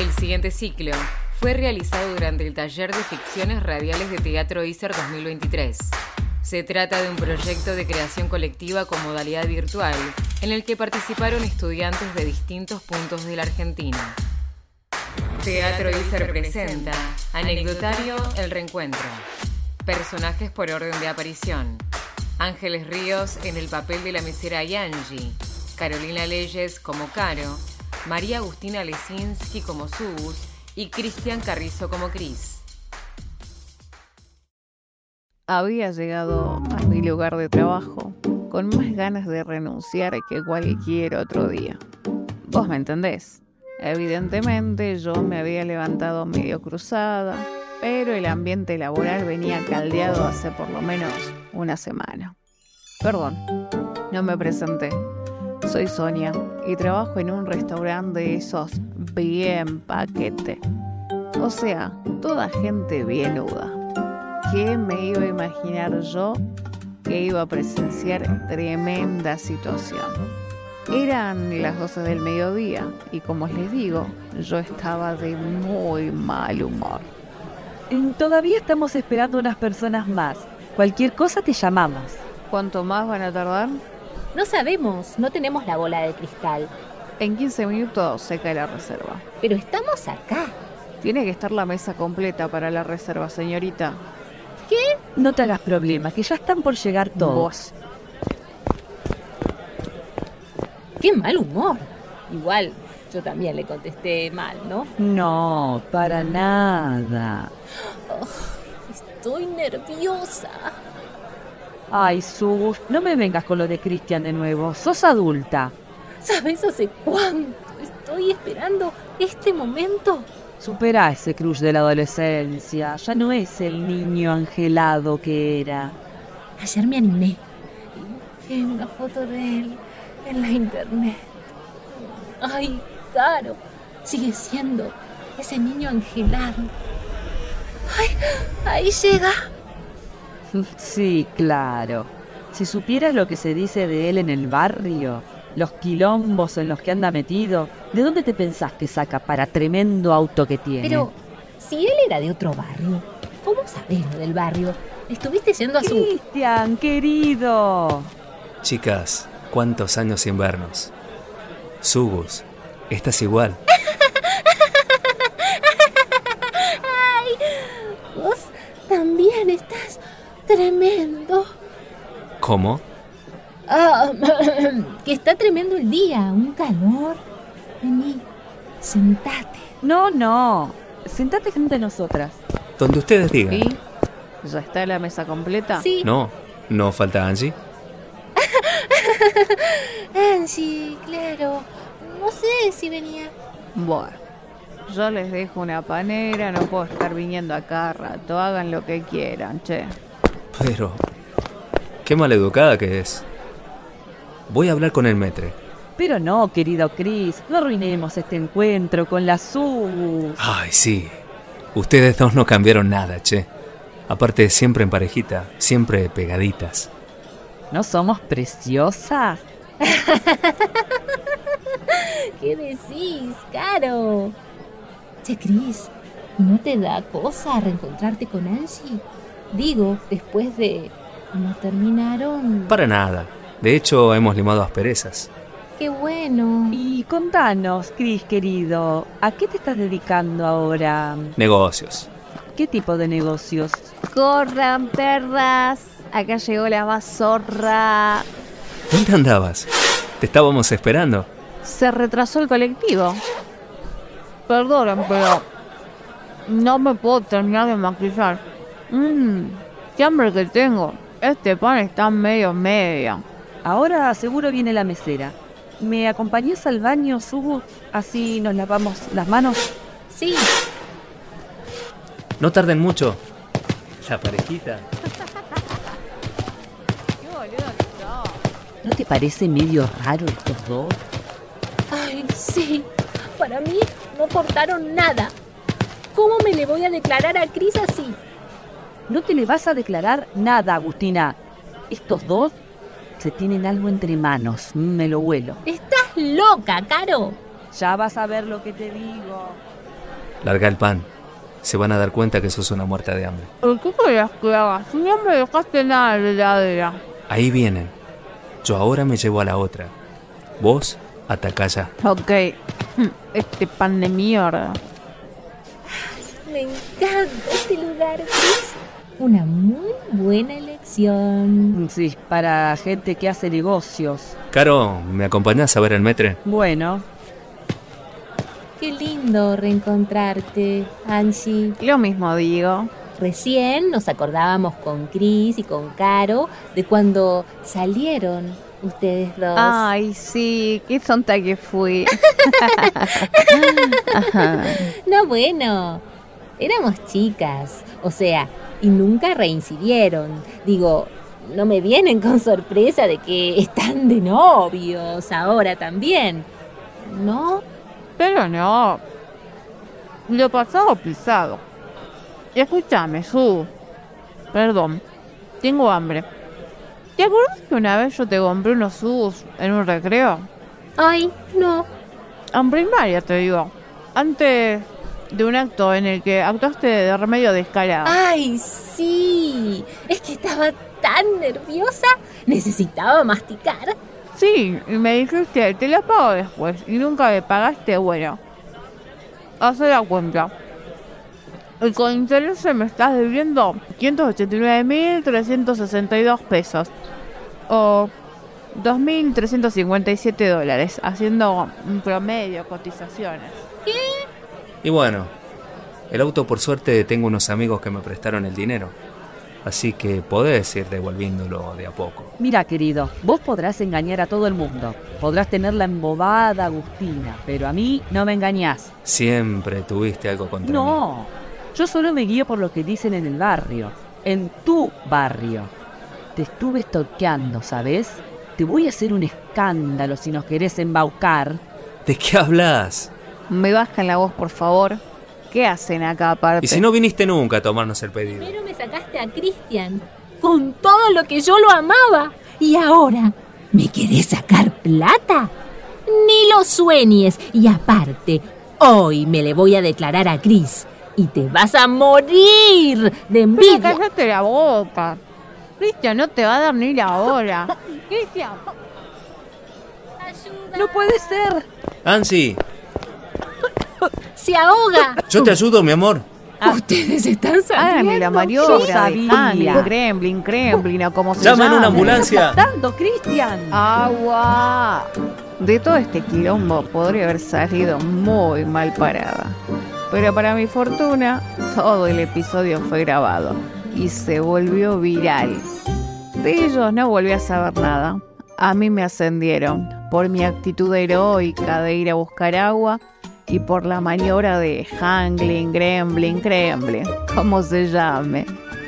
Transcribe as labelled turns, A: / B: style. A: El siguiente ciclo fue realizado durante el taller de ficciones radiales de Teatro ISER 2023. Se trata de un proyecto de creación colectiva con modalidad virtual, en el que participaron estudiantes de distintos puntos de la Argentina. Teatro ISER presenta Anecdotario El Reencuentro. Personajes por orden de aparición. Ángeles Ríos en el papel de la mesera Yanji, Carolina Leyes como Caro, María Agustina Lesinski como Subus y Cristian Carrizo como Cris.
B: Había llegado a mi lugar de trabajo con más ganas de renunciar que cualquier otro día. Vos me entendés. Evidentemente yo me había levantado medio cruzada, pero el ambiente laboral venía caldeado hace por lo menos una semana. Perdón, no me presenté. Soy Sonia y trabajo en un restaurante de esos bien paquete. O sea, toda gente bienuda. ¿Qué me iba a imaginar yo que iba a presenciar tremenda situación? Eran las 12 del mediodía y como les digo, yo estaba de muy mal humor.
C: Todavía estamos esperando unas personas más. Cualquier cosa te llamamos.
B: ¿Cuánto más van a tardar?
D: No sabemos, no tenemos la bola de cristal,
B: En 15 minutos se cae la reserva.
D: pero estamos acá.
B: Tiene que estar la mesa completa para la reserva, señorita.
C: No te hagas problemas, que ya están por llegar todos.
B: Vos.
D: ¡Qué mal humor! Igual, yo también le contesté mal, ¿no?
C: No, para nada.
D: Estoy nerviosa.
C: Ay, Sus, no me vengas con lo de Cristian de nuevo. Sos adulta.
D: ¿Sabes hace cuánto estoy esperando este momento?
C: Superá ese crush de la adolescencia. Ya no es el niño angelado que era.
D: Ayer me animé. Y vi una foto de él en la internet. Ay, Caro, sigue siendo ese niño angelado. Ay, ahí llega.
C: Sí, claro. Si supieras lo que se dice de él en el barrio, los quilombos en los que anda metido, ¿de dónde te pensás que saca para tremendo auto que tiene?
D: Pero si él era de otro barrio, ¿cómo sabés lo del barrio? Estuviste yendo a su...
C: Cristian, querido.
E: Chicas, cuántos años sin vernos. Subus, estás igual.
D: ¡Ay! Vos también estás tremendo.
E: ¿Cómo?
D: Ah, que está tremendo el día, un calor. Vení, sentate.
C: No, no. Sentate frente a nosotras.
E: Donde ustedes digan.
B: ¿Y? ¿Ya está la mesa completa?
D: Sí,
E: No, no falta Angie.
D: Angie, claro. No sé si venía.
B: Bueno, yo les dejo una panera, no puedo estar viniendo acá a rato, hagan lo que quieran, che.
E: Pero... Qué maleducada que es. Voy a hablar con el metre.
C: Pero no, querido Chris, no arruinemos este encuentro con la Subus.
E: Ay, sí. Ustedes dos no cambiaron nada, che. Aparte, siempre en parejita, siempre pegaditas.
C: ¿No somos preciosas?
D: ¿Qué decís, Caro? Che, Cris, ¿no te da cosa reencontrarte con Angie? Digo, después de... Nos terminaron.
E: Para nada. De hecho, hemos limado asperezas.
D: Qué bueno.
C: Y contanos, Chris, querido, ¿a qué te estás dedicando ahora?
E: Negocios.
C: ¿Qué tipo de negocios?
B: ¡Corran, perras! Acá llegó la bazorra.
E: ¿Dónde andabas? Te estábamos esperando.
B: Se retrasó el colectivo. Perdonen, pero no me puedo terminar de maquillar. Mmm, qué hambre que tengo. Este pan está medio media.
C: Ahora seguro viene la mesera. ¿Me acompañás al baño, Subu? Así nos lavamos las manos.
D: Sí,
E: No tarden mucho. La parejita.
B: ¡Qué boludo que sos!
C: ¿No te parece medio raro estos dos?
D: Ay, sí. Para mí no cortaron nada. ¿Cómo me le voy a declarar a Cris así?
C: No te le vas a declarar nada, Agustina. Estos dos se tienen algo entre manos, Mm, me lo huelo.
D: Estás loca, Caro.
C: Ya vas a ver lo que te digo.
E: Larga el pan. Se van a dar cuenta que sos una muerta de hambre.
B: ¿Por qué querías que haga? Si no me dejaste nada en la heladera.
E: Ahí vienen. Yo ahora me llevo a la otra. Vos, atacá ya.
B: Ok. Este pan de mierda.
D: Me encanta este lugar, Chris. Una muy buena elección.
C: Mm, Sí, para gente que hace negocios.
E: Caro, ¿me acompañás a ver el metre?
C: Bueno,
D: Qué lindo reencontrarte, Angie.
B: Lo mismo digo.
D: Recién nos acordábamos con Chris y con Caro de cuando salieron ustedes dos.
B: Ay, sí, qué tonta que fui. Ajá.
D: No, bueno, éramos chicas, o sea, y nunca reincidieron. Digo, no me vienen con sorpresa de que están de novios ahora también. ¿No?
B: Pero no. Lo pasado pisado. Escúchame, Su. Perdón. Tengo hambre. ¿Te acuerdas que una vez yo te compré unos subs en un recreo?
D: Ay, no.
B: En primaria, te digo. Antes de un acto en el que actuaste de remedio descarado.
D: Ay, sí. Es que estaba tan nerviosa. Necesitaba masticar.
B: Sí, y me dijiste, te la pago después y nunca me pagaste, bueno. Hace la cuenta. Y con intereses me estás debiendo 589.362 pesos. O 2.357 dólares, haciendo un promedio, cotizaciones.
E: Y bueno, el auto por suerte tengo unos amigos que me prestaron el dinero. Así que podés ir devolviéndolo de a poco.
C: Mira, querido, vos podrás engañar a todo el mundo. Podrás tener la embobada Agustina, pero a mí no me engañás.
E: Siempre tuviste algo contra mí.
C: No, yo solo me guío por lo que dicen en el barrio, en tu barrio. Te estuve stalkeando, ¿sabes? Te voy a hacer un escándalo si nos querés embaucar.
E: ¿De qué hablas?
B: Me bajan la voz, por favor. ¿Qué hacen acá aparte?
E: Y si no viniste nunca a tomarnos el pedido.
D: Primero me sacaste a Cristian, con todo lo que yo lo amaba. Y ahora, ¿me querés sacar plata? Ni lo sueñes. Y aparte, hoy me le voy a declarar a Cris. Y te vas a morir de
B: Pero
D: envidia.
B: cállate la boca. Cristian no te va a dar ni la hora. Cristian.
C: No puede ser.
E: Ansi,
D: Se ahoga.
E: yo te ayudo, mi amor.
D: Ustedes están
B: Háganme
D: saliendo.
B: Ah, la
C: yo
B: maniobra de
C: sabía.
B: Hamlet, Kremlin, Kremlin, o como se
E: Llaman
B: llame.
E: una ambulancia.
C: Tanto, Cristian.
B: ¡Agua! De todo este quilombo podría haber salido muy mal parada. Pero para mi fortuna, todo el episodio fue grabado y se volvió viral. De ellos no volví a saber nada. A mí me ascendieron por mi actitud heroica de ir a buscar agua y por la maniobra de Hangling, Gremlin, Kremlin, como se llame.